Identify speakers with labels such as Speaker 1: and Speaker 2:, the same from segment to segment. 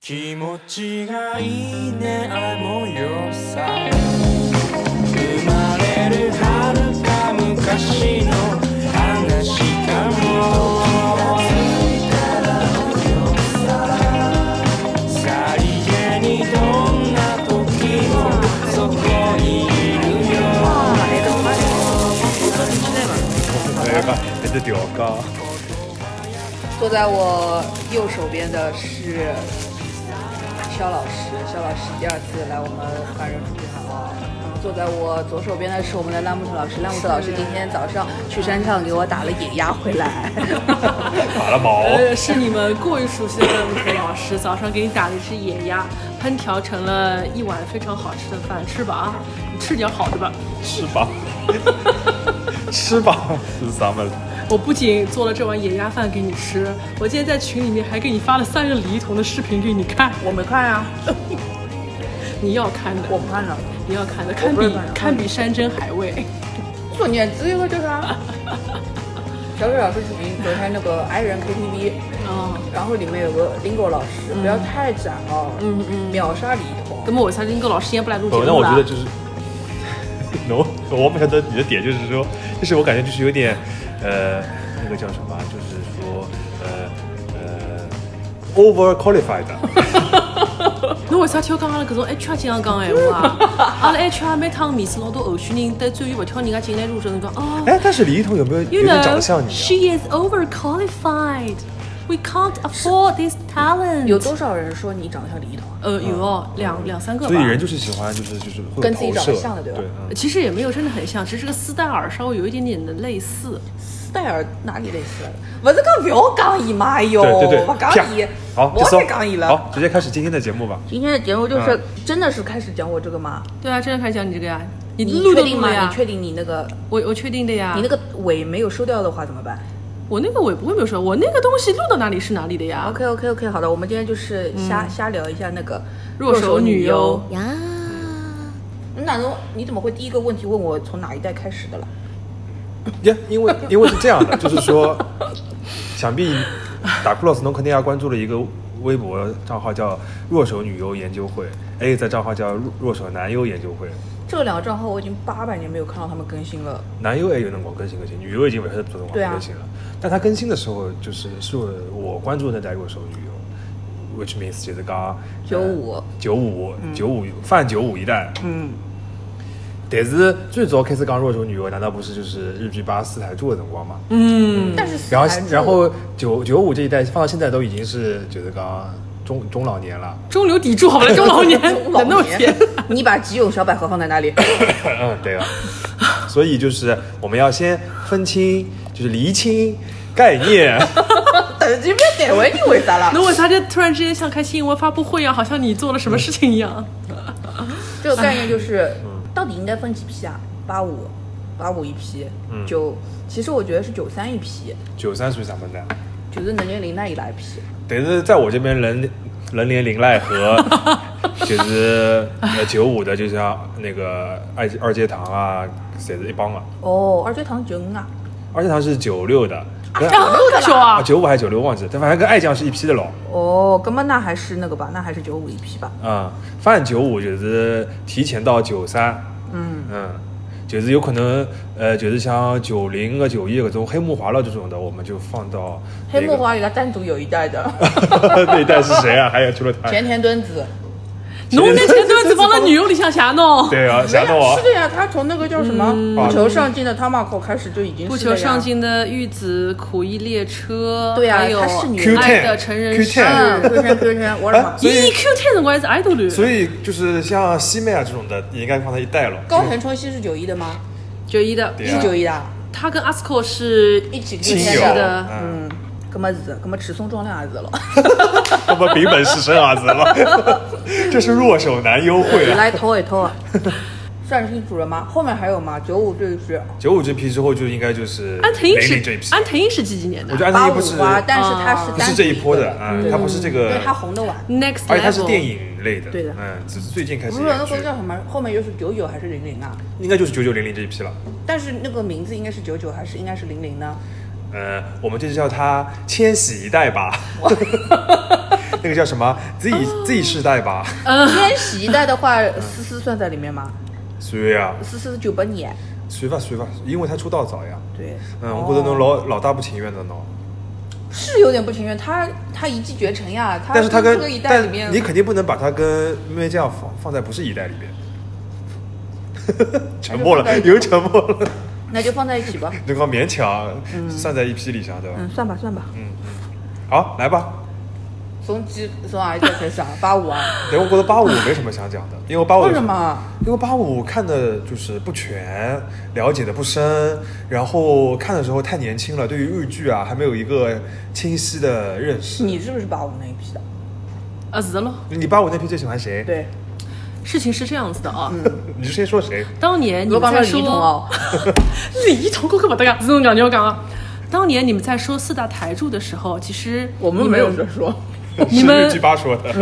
Speaker 1: 気持ちがいいねあの夜さ生まれる遥か昔の話かもさりげにどんな時もそこにいるよ
Speaker 2: 哎
Speaker 3: 坐在我右手边的是肖老师，肖老师第二次来我们华人出去海了。坐在我左手边的是我们的拉木特老师，拉木特老师今天早上去山上给我打了野鸭回来。
Speaker 2: 打了毛，
Speaker 4: 呃，是你们过于熟悉的任何老师，早上给你打了一只野鸭，烹调成了一碗非常好吃的饭，吃吧啊，你吃点好的吧。
Speaker 2: 吃吧，吃吧，是咱们
Speaker 4: 我不仅做了这碗野鸭饭给你吃，我今天在群里面还给你发了三个李一桐的视频给你看，
Speaker 3: 我没看啊，
Speaker 4: 你要看的，
Speaker 3: 我不看了。
Speaker 4: 你要看的，堪
Speaker 3: 不啊是
Speaker 4: 比
Speaker 3: 晚上
Speaker 4: 堪比山珍海味。
Speaker 3: 做年资了这个。啊小水老师群昨天那个 i 人 KTV，
Speaker 4: 啊、
Speaker 3: 然后里面有个 Lingo 老师，不要太窄哦，嗯嗯，秒杀李一桐
Speaker 4: 那。么我猜林哥老师今天不来录节目
Speaker 3: 哦
Speaker 2: 不，
Speaker 4: 了。
Speaker 2: 那我觉得就是， 我我不晓得你的点就是说，就是我感觉就是有点，呃，那个叫什么啊，就是说，呃呃，over qualified，
Speaker 4: 侬为啥挑讲阿拉搿种 HR 经常讲的闲话啊？阿拉 HR 每趟面试老多候选人，但最后勿挑人家进来入职，侬讲哦
Speaker 2: 哎，但是李一桐有没有有
Speaker 4: ，You
Speaker 2: 点长
Speaker 4: know
Speaker 2: 得像你啊？
Speaker 4: she is overqualified, we can't afford this talent。
Speaker 3: 有多少人说你长得像李一桐啊？
Speaker 4: 呃有哦，两两三个吧。
Speaker 2: 所以人就是喜欢就是就是会有
Speaker 3: 跟自己
Speaker 2: 投
Speaker 3: 长得
Speaker 2: 射
Speaker 3: 像的对吧
Speaker 2: 嗯
Speaker 4: 其实也没有真的很像，只是这个斯戴尔稍微有一点点的类似。
Speaker 3: 斯戴尔哪里类似？不是讲不要讲伊妈哟，
Speaker 2: 对对对，
Speaker 3: 哎我讲
Speaker 2: 啪
Speaker 3: 伊，
Speaker 2: 好，
Speaker 3: 我
Speaker 2: 就搜
Speaker 3: 不讲伊了。
Speaker 2: 好，直接开始今天的节目吧。
Speaker 3: 今天的节目就是
Speaker 2: 嗯
Speaker 3: 真的是开始讲我这个吗？
Speaker 4: 对啊，真的开始讲你这个呀，你
Speaker 3: 你
Speaker 4: 录
Speaker 3: 确
Speaker 4: 都
Speaker 3: 定
Speaker 4: 录
Speaker 3: 吗
Speaker 4: 了？呀
Speaker 3: 你？确定你那个
Speaker 4: 我我确定的呀。
Speaker 3: 你那个尾没有收掉的话怎么办
Speaker 4: 我那个我也不会没有说，我那个东西录到哪里是哪里的呀。
Speaker 3: ？OK OK OK，好的，我们今天就是瞎瞎聊一下那个
Speaker 4: 弱手女优
Speaker 3: 呀。你哪能？你怎么会第一个问题问我从哪一代开始的了？
Speaker 2: 呀，因为因为是这样的，就是说，想必打 cross 侬肯定要关注了一个微博账号叫“弱手女优研究会”，还有一个账号叫“弱弱手男优研究会
Speaker 3: 这两个账号我已经八百年没有看到他们更新了。”。
Speaker 2: 男优也有那种更新更新，女优已经不是不能
Speaker 3: 对啊
Speaker 2: 更新了。但它更新的时候，就是是我关注的那代弱手女优，which means 就是刚
Speaker 3: 95
Speaker 2: 呃九五九五泛九五一代。
Speaker 3: 嗯，
Speaker 2: 但是最早开始讲弱手女优，难道不是就是日剧八四台柱的辰光吗？
Speaker 4: 嗯，
Speaker 3: 但是
Speaker 2: 然后
Speaker 3: 还是
Speaker 2: 然后九九五这一代放到现在都已经是就是刚中中老年了，
Speaker 4: 中流砥柱，好吧， 中老 年，
Speaker 3: 老
Speaker 4: 难道
Speaker 3: 年，你把吉永小百合放在哪里？
Speaker 2: 嗯，对啊， 所以就是我们要先分清，就是厘清概 念，
Speaker 3: 等级变点位，你为啥啦？
Speaker 4: 那为啥这突然之间像开新闻发布会一样，啊好像你做了什么事情一样？
Speaker 3: 这个概念就是，到底应该分几批啊？八五，八五一批，
Speaker 2: 嗯
Speaker 3: 九，其实我觉得是九三一批，
Speaker 2: 九三属于啥么呢？
Speaker 3: 就是能年龄那一来一批。
Speaker 2: 但是在我这边人人连林奈 和就是呃九五的，就像那个二二阶堂啊，谁是一帮啊？
Speaker 3: 哦，二阶堂九五啊，
Speaker 2: 二阶堂是九六的，跟
Speaker 4: 大手
Speaker 2: 啊
Speaker 4: 啊，
Speaker 2: 九五还是九六忘记了，但反正跟爱酱是一批的咯。
Speaker 3: 哦，根本那还是那个吧，那还是九五一批吧。
Speaker 2: 啊、泛九五就是提前到九三，
Speaker 3: 嗯，
Speaker 2: 嗯，就是有可能，呃，就是像九零个、九一个这种黑木华了这种的，我们就放到、那
Speaker 3: 黑
Speaker 2: 个、
Speaker 3: 木华有他单独有一 代的，
Speaker 2: 那一代是谁啊？还有除了他，
Speaker 3: 前田敦子。
Speaker 4: 侬 那前段子放到女优里向瞎弄，
Speaker 2: 对啊，想到我
Speaker 3: 是，的呀，他从那个叫什么
Speaker 2: 啊
Speaker 3: 不求上进的 Tamako 开始就已经是
Speaker 4: 不
Speaker 3: 了
Speaker 4: 求
Speaker 3: 呀
Speaker 4: 上。进的玉子、苦役列车，
Speaker 3: 对啊
Speaker 4: 还有
Speaker 3: 她是女
Speaker 2: Q
Speaker 3: 优
Speaker 4: 爱
Speaker 2: ten
Speaker 4: 的成人
Speaker 2: Q
Speaker 4: 式。
Speaker 2: ten，
Speaker 3: 嗯，Q 圈 Q 圈，我的妈！
Speaker 2: 所以
Speaker 4: 咦，Q ten 我也是 idol
Speaker 2: 所以就是像西妹啊这种的，也应该放在一代了。
Speaker 3: 高藤春希是九一的吗？
Speaker 4: 九一的，
Speaker 2: 对啊
Speaker 3: 是九一的啊，
Speaker 4: 他跟 ASCO 是
Speaker 3: 一起
Speaker 2: 亲
Speaker 3: Q
Speaker 2: 友
Speaker 3: 圈
Speaker 4: 是的，
Speaker 2: 嗯，
Speaker 3: 嗯，搿么是，搿么持松壮亮儿子了。
Speaker 2: 他们丙本是生儿子了，这是弱手男优惠啊。
Speaker 3: 来投也投啊！ 算清楚了吗？后面还有吗？九五这一批，
Speaker 2: 九五这批之后就应该就是
Speaker 4: 安藤
Speaker 2: 零
Speaker 4: 樱
Speaker 2: 零这一
Speaker 4: 是
Speaker 2: 批，
Speaker 4: 安藤樱是几几年
Speaker 2: 我
Speaker 4: 的
Speaker 2: 觉得安藤
Speaker 3: 八
Speaker 2: 樱不
Speaker 3: 五
Speaker 2: 是
Speaker 3: 花，但是他是
Speaker 4: 啊
Speaker 2: 不
Speaker 3: 单
Speaker 2: 是
Speaker 3: 独
Speaker 2: 这一波的，
Speaker 3: 个
Speaker 2: 嗯，他不是这个
Speaker 3: 对他红的晚。
Speaker 4: ？Next
Speaker 2: 而且它是电
Speaker 4: level，
Speaker 2: 影类的，
Speaker 3: 对的
Speaker 2: 嗯，只是最近开
Speaker 3: 不
Speaker 2: 始
Speaker 3: 是
Speaker 2: 演
Speaker 3: 那
Speaker 2: 剧
Speaker 3: 个，叫什么？后面又是九九还是零零啊？
Speaker 2: 应该就是九九零零这一批了。
Speaker 3: 但是那个名字应该是九九还是应该是零零呢？
Speaker 2: 呃，我们这就叫它千禧一代吧。 那个叫什么 Z
Speaker 3: 哦
Speaker 2: Z 世代吧？
Speaker 3: 千禧一代的话，思思算在里面吗？
Speaker 2: 算呀，
Speaker 3: 思思是九八年，
Speaker 2: 算啊吧算吧，因为他出道早呀。
Speaker 3: 对，
Speaker 2: 嗯，我觉
Speaker 3: 哦
Speaker 2: 得侬老老大不情愿的喏。
Speaker 3: 是有点不情愿。他他一骑绝尘呀，他
Speaker 2: 但是他
Speaker 3: 这
Speaker 2: 跟
Speaker 3: 个一代里
Speaker 2: 但
Speaker 3: 面，
Speaker 2: 你肯定不能把他跟妹酱放放在不是一代里面。 沉默
Speaker 3: 还
Speaker 2: 了，
Speaker 3: 是
Speaker 2: 又沉默了。
Speaker 3: 那就放在一起吧。
Speaker 2: 能够勉强啊算在一批里向，对吧？
Speaker 3: 嗯，算吧算吧。
Speaker 2: 好，来吧。
Speaker 3: 从几从哪一代开始啊？八 五啊？
Speaker 2: 对，我觉得八五没什么想讲的，因为八五
Speaker 3: 为什么？
Speaker 2: 因为八五看的就是不全，了解的不深，然后看的时候太年轻了，对于日剧啊还没有一个清晰的认识。
Speaker 3: 你是不是八五那一批的？
Speaker 4: 啊，是的喽。
Speaker 2: 你八五那批最喜欢谁？
Speaker 3: 对，
Speaker 4: 事情是这样子的啊，
Speaker 2: 你是先说谁？
Speaker 4: 当年你
Speaker 3: 嗯我
Speaker 4: 们
Speaker 3: 帮了
Speaker 4: 在
Speaker 3: 李
Speaker 4: 说
Speaker 3: 一桐哦，
Speaker 4: 李一桐可可不得呀，这种讲就讲啊。当年你们在说四大台柱的时候，其实你
Speaker 3: 说。
Speaker 4: 你
Speaker 2: 是
Speaker 4: 们
Speaker 2: 日剧八说的。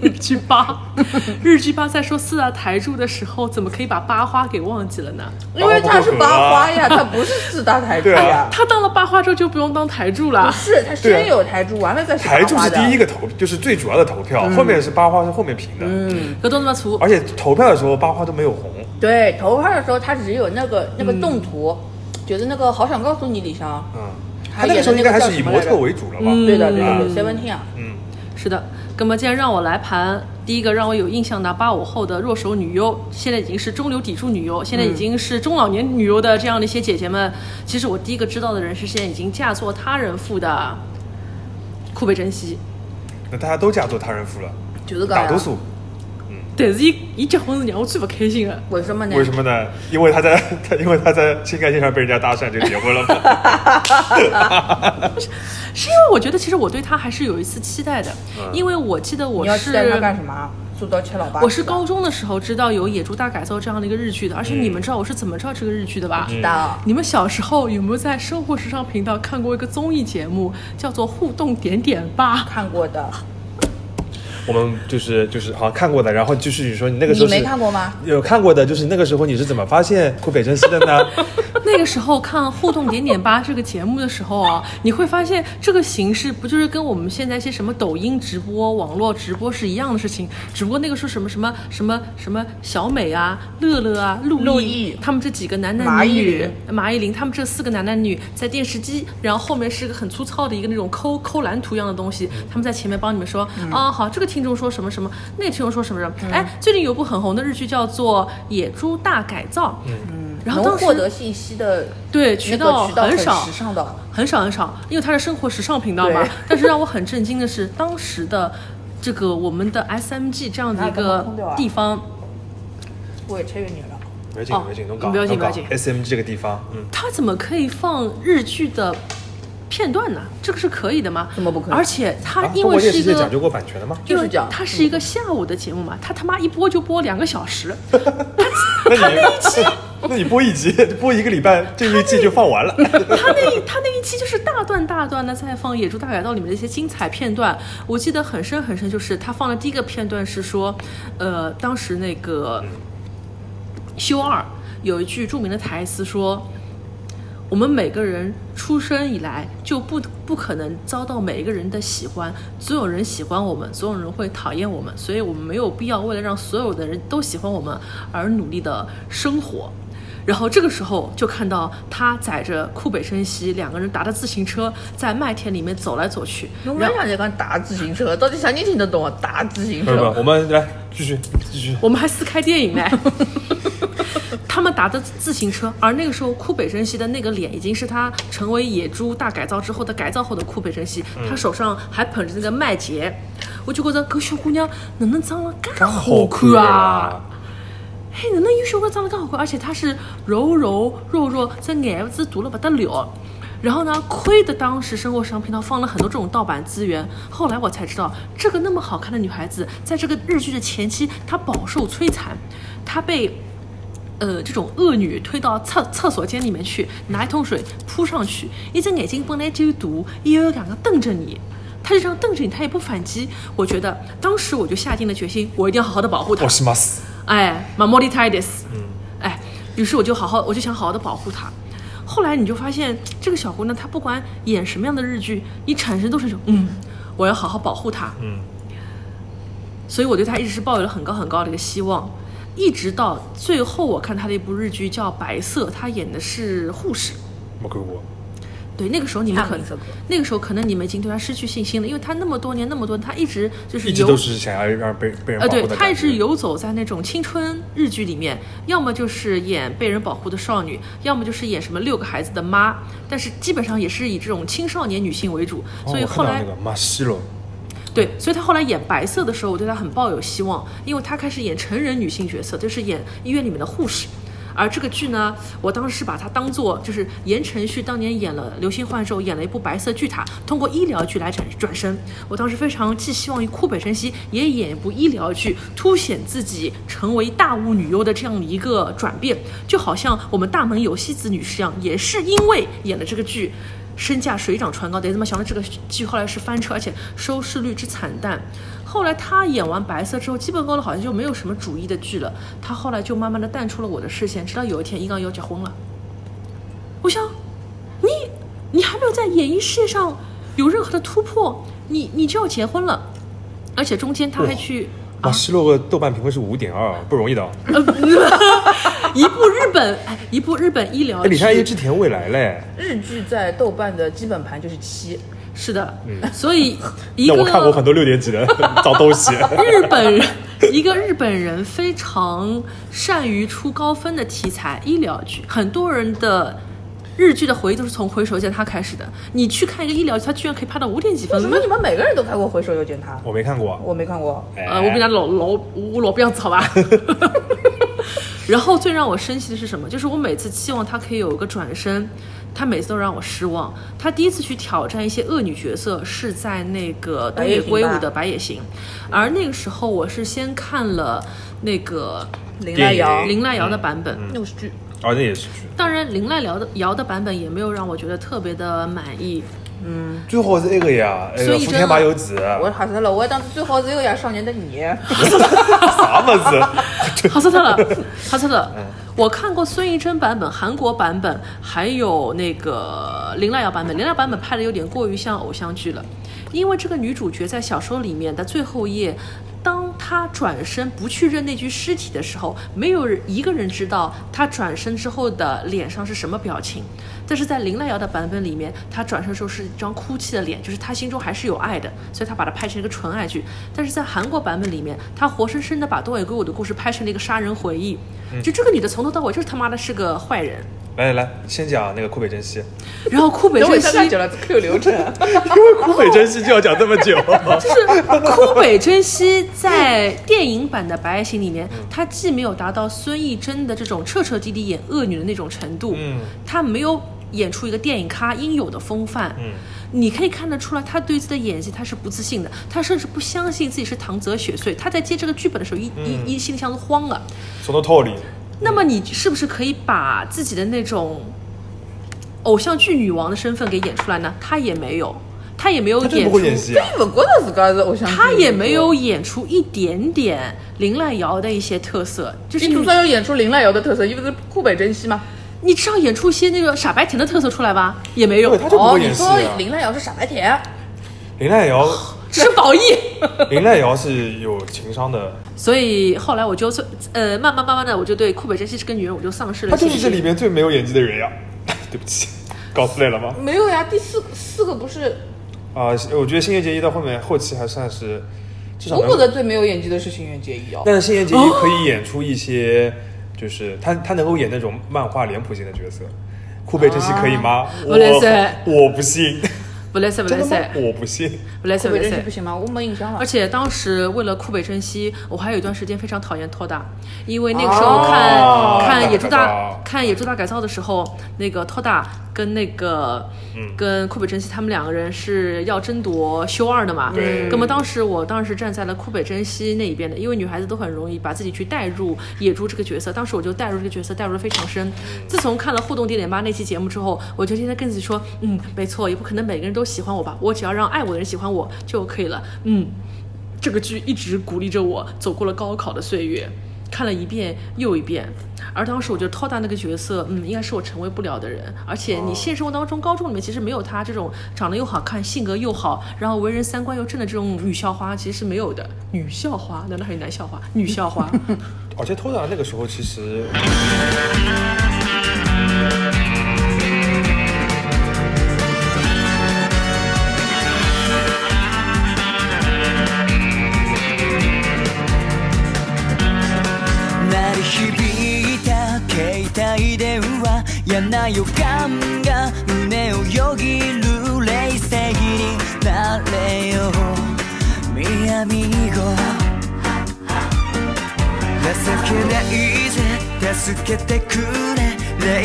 Speaker 4: 日剧八， 日剧八在说四大台柱的时候，怎么可以把八花给忘记了呢？
Speaker 2: 啊
Speaker 3: 因为他是八花呀，他不是四大台柱
Speaker 2: 对
Speaker 3: 呀
Speaker 2: 啊，
Speaker 4: 他当了八花之后就不用当台柱
Speaker 3: 不
Speaker 4: 了。
Speaker 3: 是他先有台柱，完了再是
Speaker 2: 台柱
Speaker 3: 八花
Speaker 2: 是
Speaker 3: 的
Speaker 2: 第一个投，就是最主要的投票，后面是八花是后面评的。嗯，
Speaker 4: 格斗那么粗，
Speaker 2: 而且投票的时候八花都没有红。
Speaker 3: 对头发的时候，他只有那个
Speaker 4: 嗯
Speaker 3: 那个动图，觉得那个好想告诉你李湘，
Speaker 2: 嗯，
Speaker 3: 他
Speaker 2: 他那个时候应该还是以
Speaker 3: 演的
Speaker 2: 模
Speaker 3: 那个叫什么来着
Speaker 2: 特为主了吧？
Speaker 4: 嗯
Speaker 3: 对的对的
Speaker 2: 嗯
Speaker 3: 对，Seventeen 啊，
Speaker 2: 嗯，
Speaker 4: 是的。那么既然让我来盘，第一个让我有印象的八五后的弱手女优，现在已经是中流砥柱女优，现在已经是中老年女优的这样的一些姐姐们，其实我第一个知道的人是现在已经嫁作他人妇的库贝珍惜。
Speaker 2: 那大家都嫁做他人妇了，
Speaker 3: 就是个
Speaker 2: 大多数。
Speaker 4: 但是伊伊结婚是让我最不开心啊的。
Speaker 3: 为什么呢？
Speaker 2: 为什么呢？因为他在 他因为他在情感线上被人家搭讪就结婚了 嘛。
Speaker 4: 是因为我觉得其实我对他还是有一丝期待的，因为我记得我
Speaker 3: 你要
Speaker 4: 是
Speaker 3: 期待他干什么啊？塑造七老八十的，
Speaker 4: 我是高中的时候知道有《野猪大改造》这样的一个日剧的，而且你们知道我是怎么知道这个日剧的吧？
Speaker 3: 知道，
Speaker 4: 你们小时候有没有在生活时尚频道看过一个综艺节目，叫做《互动点点吧
Speaker 3: 看过的，
Speaker 2: 我们就是就是好看过的，然后就是你说你那个时候
Speaker 3: 你
Speaker 2: 是
Speaker 3: 没看过吗？
Speaker 2: 有看过的，就是那个时候你是怎么发现库北真希的 呢？》？
Speaker 4: 那个时候看《互动点点吧》这个节目的时候啊，你会发现这个形式不就是跟我们现在一些什么抖音直播、网络直播是一样的事情，只不过那个时候什么什么什么什么小美啊、乐乐啊、陆
Speaker 3: 陆
Speaker 4: 毅
Speaker 3: 毅
Speaker 4: 他们这几个男男
Speaker 3: 马
Speaker 4: 女
Speaker 3: 伊
Speaker 4: 女
Speaker 3: 琍。
Speaker 4: 马依林他们这四个男男女在电视机，然后后面是一个很粗糙的一个那种抠抠蓝图一样的东西，
Speaker 3: 嗯
Speaker 4: 他们在前面帮你们说、啊，好，这个听众说什么什么，那个听众说什么什
Speaker 3: 嗯
Speaker 4: 么，哎，最近有部很红的日剧叫做《野猪大改造》，嗯，然后
Speaker 3: 能
Speaker 4: 当时
Speaker 3: 获得信息的
Speaker 4: 对
Speaker 3: 那
Speaker 4: 渠
Speaker 3: 个
Speaker 4: 道
Speaker 3: 渠道
Speaker 4: 很少
Speaker 3: 时，尚的，
Speaker 4: 很少很少，因为它是生活时尚频道嘛
Speaker 3: 对。
Speaker 4: 但是让我很震惊的是，当时的这个我们的 SMG 这样的一
Speaker 3: 那怎么空掉
Speaker 4: 个
Speaker 3: 啊
Speaker 4: 地方。
Speaker 3: 我也超越你了。
Speaker 2: 不要紧
Speaker 4: 哦
Speaker 2: 不要紧，侬讲
Speaker 4: 不要紧
Speaker 2: 侬讲
Speaker 4: 不要紧
Speaker 2: SMG 这个地方，嗯，
Speaker 4: 他怎么可以放日剧的片段呢？这个是可以的吗？
Speaker 3: 怎么不可以
Speaker 4: 而且他
Speaker 2: 啊中
Speaker 4: 因
Speaker 2: 国
Speaker 4: 为
Speaker 2: 电
Speaker 4: 是
Speaker 2: 视
Speaker 4: 一
Speaker 2: 界
Speaker 4: 个
Speaker 2: 讲，究过版权的 吗？
Speaker 3: 就是这样
Speaker 4: 它是一个下午的节目嘛，他他妈一播就播两个 小时，
Speaker 2: 那你 那你播一集，播一个礼拜，这一季就放完 了。
Speaker 4: 他那一他那一期就是大段大段的在放《野猪大改造》里面的一些精彩片段，我记得很深很深，就是他放的第一个片段是说，呃，当时那个修二有一句著名的台词说。我们每个人出生以来就不不可能遭到每一个人的喜欢，总有人喜欢我们，总有人会讨厌我们，所以我们没有必要为了让所有的人都喜欢我们而努力的生活。然后这个时候就看到他载着库北生西两个人搭着自行车在麦田里面走来走去，
Speaker 3: 侬
Speaker 4: 然
Speaker 3: 们
Speaker 4: 后
Speaker 3: 讲在讲打自行车，到底啥人听得懂啊？打自行
Speaker 2: 不是不是，
Speaker 3: 车，
Speaker 2: 我们来继续继续。
Speaker 4: 我们还撕开电影嘞。 他们打的自行车，而那个时候库北真希的那个脸已经是他成为野猪大改造之后的改造后的库北真希，他手上还捧着那个麦秸，我就觉着搿小姑娘哪能长得介好看啊！！嘿，哪能有小姑娘长得介好看？而且她是柔柔弱弱，这眼子大了不得了。然后呢，亏得当时生活时尚频道放了很多这种盗版资源。后来我才知道，这个那么好看的女孩子，在这个日剧的前期，她饱受摧残，她被。呃，这种恶女推到厕厕所间里面去，拿一桶水扑上去，一只眼睛本来就有毒，也有两个瞪着你，她就这样瞪着你，她也不反击。我觉得当时我就下定了决心，我一定要好好的保护她。
Speaker 2: 我是 mas，
Speaker 4: 哎，马莫利泰迪斯，嗯，哎，于是我就好好，我就想好好的保护她。后来你就发现，这个小姑娘她不管演什么样的日剧，你产生都是一种嗯，我要好好保护他。
Speaker 2: 嗯，
Speaker 4: 所以我对他一直是抱有了很高很高的一个希望，一直到最后我看他的一部日剧叫《白色》，他演的是护士。
Speaker 2: 没看过。
Speaker 4: 对，那个时候你们
Speaker 3: 看
Speaker 4: 可
Speaker 3: 白色
Speaker 4: 那个时候可能你们已经对他失去信心了，因为他那么多年那么多，他一直就是
Speaker 2: 一直
Speaker 4: 游
Speaker 2: 都是想要让被被人保护
Speaker 4: 呃，
Speaker 2: 的感
Speaker 4: 对
Speaker 2: 觉。
Speaker 4: 他一直游走在那种青春日剧里面，要么就是演被人保护的少女，要么就是演什么六个孩子的妈，但是基本上也是以这种青少年女性为主，
Speaker 2: 哦，
Speaker 4: 所以
Speaker 2: 我看
Speaker 4: 后
Speaker 2: 到
Speaker 4: 来、
Speaker 2: 那个马西罗，
Speaker 4: 对，所以他后来演白色的时候，我对他很抱有希望，因为他开始演成人女性角色，就是演医院里面的护士。而这个剧呢，我当时是把它当做就是言承旭当年演了《流星幻兽》，演了一部《白色巨塔》，通过医疗剧来转转身。我当时非常寄希望于库北辰熙也演一部医疗剧，凸显自己成为大物女优的这样一个转变，就好像我们大门有希子女士一样，也是因为演了这个剧，身价水涨船高。得这么想到这个剧后来是翻车，而且收视率之惨淡。后来他演完《白色》之后，基本功了好像就没有什么主意的剧了。他后来就慢慢的淡出了我的视线，直到有一天伊刚要结婚了。我想，你你还没有在演艺事业上有任何的突破，你你就要结婚了，而且中间他还去、
Speaker 2: 马
Speaker 4: 啊
Speaker 2: 西罗的豆瓣评分是五点二，不容易的哦。
Speaker 4: 呃 一部日本哎一部日本医疗
Speaker 2: 哎，李
Speaker 4: 剧
Speaker 2: 佳琦之田未来嘞，
Speaker 3: 日剧在豆瓣的基本盘就是七，
Speaker 4: 是的，所以一
Speaker 2: 嗯那
Speaker 4: 个
Speaker 2: 我看过很多六点几的 脏东西。
Speaker 4: 日本人，一个日本人非常善于出高分的题材医疗剧，很多人的。日剧的回忆都是从《回首见他》开始的。你去看一个医疗剧，它居然可以拍到五点
Speaker 2: 嗯
Speaker 4: 几分
Speaker 3: 为什，么你们每个人都看过《回首又见他》？
Speaker 2: 我没看过。
Speaker 3: 我没看过，
Speaker 4: 呃，我比他老老我老不样子，好吧？ 然后最让我生气的是什么？就是我每次期望他可以有一个转身，他每次都让我失望。他第一次去挑战一些恶女角色是在那个东野圭吾的《白夜行》，而那个时候我是先看了那个
Speaker 3: 林
Speaker 2: 电
Speaker 3: 濑
Speaker 2: 影
Speaker 3: 遥
Speaker 4: 林濑遥的版本。
Speaker 3: 那部是剧，
Speaker 2: 哦，那也是剧。
Speaker 4: 当然，林濑遥的遥的版本也没有让我觉得特别的满意。
Speaker 2: 最后是那个呀，那
Speaker 4: 所
Speaker 2: 个福
Speaker 4: 以真
Speaker 2: 田
Speaker 4: 的
Speaker 2: 麻由子，
Speaker 3: 我吓死了，我当时最好是有点少年的你，
Speaker 2: 啥么子？
Speaker 4: 哈斯特勒，哈斯特勒，我看过孙艺珍版本、韩国版本，还有那个林濑遥版本。林濑遥版本拍的有点过于像偶像剧了，因为这个女主角在小说里面的最后一页。当她转身不去认那具尸体的时候，没有人一个人知道她转身之后的脸上是什么表情。但是在林濑遥的版本里面，她转身的时候是一张哭泣的脸，就是她心中还是有爱的，所以她把它拍成一个纯爱剧。但是在韩国版本里面，她活生生的把东野圭吾的故事拍成了一个杀人回忆。
Speaker 3: 嗯
Speaker 4: 就这个女的从头到尾就是他妈的是个坏人。
Speaker 2: 来来来，先讲那个库北真希，
Speaker 4: 然后库北
Speaker 3: 等我
Speaker 4: 真希
Speaker 3: 太久了，Q 流程，
Speaker 2: 因为库北真希就要讲这么久。
Speaker 4: 就是 哭北真希在电影版的《白夜行》里面，
Speaker 3: 嗯
Speaker 4: 她既没有达到孙艺珍的这种彻彻底底演恶女的那种程度，
Speaker 2: 嗯
Speaker 4: 她没有演出一个电影咖应有的风范。
Speaker 2: 嗯
Speaker 4: 你可以看得出来，她对自己的演技她是不自信的，她甚至不相信自己是唐泽雪穗。她在接这个剧本的时候，一、
Speaker 2: 嗯
Speaker 4: 一一心里像是慌了。
Speaker 2: 说到道理，
Speaker 4: 那么你是不是可以把自己的那种偶像剧女王的身份给演出来呢？她也没有，她也没有
Speaker 2: 他真的
Speaker 4: 演
Speaker 2: 不
Speaker 4: 出
Speaker 2: 会演戏啊！
Speaker 3: 不觉得自个是偶像剧，
Speaker 4: 他也没有，演出一点点林濑遥的一些特色，就是
Speaker 3: 你总
Speaker 4: 你
Speaker 3: 算要演出林濑遥的特色，因为是酷北真希吗？
Speaker 4: 你至少演出一些那个傻白甜的特色出来吧，也没
Speaker 2: 对，
Speaker 4: 有
Speaker 2: 他。就不
Speaker 3: 哦，
Speaker 2: 会
Speaker 3: 你
Speaker 2: 演戏
Speaker 3: 说
Speaker 2: 啊。
Speaker 3: 林濑遥是傻白甜，
Speaker 2: 林濑瑶，
Speaker 4: 吃饱意。
Speaker 2: 林濑瑶是有情商的，
Speaker 4: 所以后来我就呃，慢慢慢慢的，我就对库北真希这个女人，我就丧失了
Speaker 2: 他就
Speaker 4: 信
Speaker 2: 是啊这
Speaker 4: 心。
Speaker 2: 里面最没有演技的人呀。 对不起，搞出来了吗？
Speaker 3: 没有呀，第四四个不是，
Speaker 2: 啊，我觉得《星夜结衣》到后面后期还算是，至少
Speaker 3: 我
Speaker 2: 能
Speaker 3: 觉得最没有演技的是新垣结衣哦，
Speaker 2: 但是新垣结衣可以演出一些，就是他他能够演那种漫画脸谱型的角色。库贝真希可以吗？我
Speaker 4: 啊我来塞
Speaker 2: 我不信，
Speaker 4: 不来塞不
Speaker 2: 真
Speaker 4: 来
Speaker 2: 的吗
Speaker 4: 塞？
Speaker 2: 我不信。
Speaker 4: 不来塞
Speaker 3: 酷
Speaker 4: 不
Speaker 3: 北
Speaker 4: 来
Speaker 3: 真希
Speaker 4: 塞
Speaker 3: 不。行吗？我没印象了
Speaker 4: 而。且当时为了库北真希，我还有一段时间非常讨厌托大，因为那个时候看、
Speaker 2: 哦
Speaker 4: 看野猪
Speaker 2: 大改
Speaker 4: 大
Speaker 2: 造
Speaker 4: 看野猪大改造的时候，那个托大跟那个、
Speaker 2: 嗯
Speaker 4: 跟库北真希他们两个人是要争夺修二的嘛。
Speaker 2: 对
Speaker 4: 那么当时我当时站在了库北真希那一边的，因为女孩子都很容易把自己去带入野猪这个角色，当时我就带入这个角色带入的非常深。
Speaker 2: 嗯
Speaker 4: 自从看了《互动点点吧》那期节目之后，我就天天跟自己说，嗯，没错，也不可能每个人都喜欢我吧，我只要让爱我的人喜欢我就可以了，嗯。这个剧一直鼓励着我走过了高考的岁月。看了一遍又一遍。而当时我觉得涛达那个角色，嗯，应该是我成为不了的人。而且你现实生活当中，高中里面其实没有她这种长得又好看、性格又好，然后为人三观又正的这种女校花，其实是没有的。女校花？难道还有男校花？女校花？
Speaker 2: 而且托达那个时候其实
Speaker 5: 鳴り響いた携帯電話嫌な予感が胸をよぎる冷静になれよミアミゴ情けないぜ助けてくれ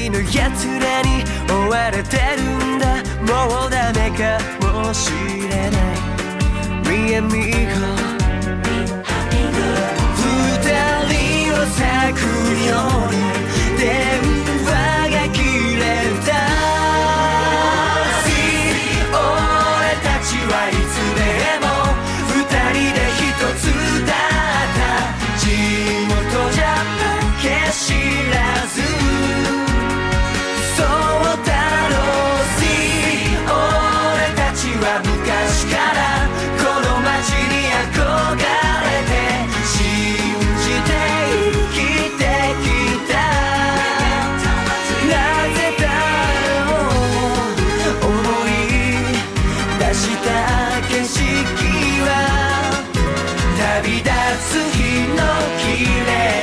Speaker 5: 例の奴らに追われてるんだもうダメかもしれないミアミゴ二人を咲くように電話が切れた See 俺たちはいつでも二人で一つだった地元じゃ負け知らずそうだろう See 俺たちは昔からこの街に憧れて信じて生きてきたなぜだろう思い出した景色は旅立つ日の綺麗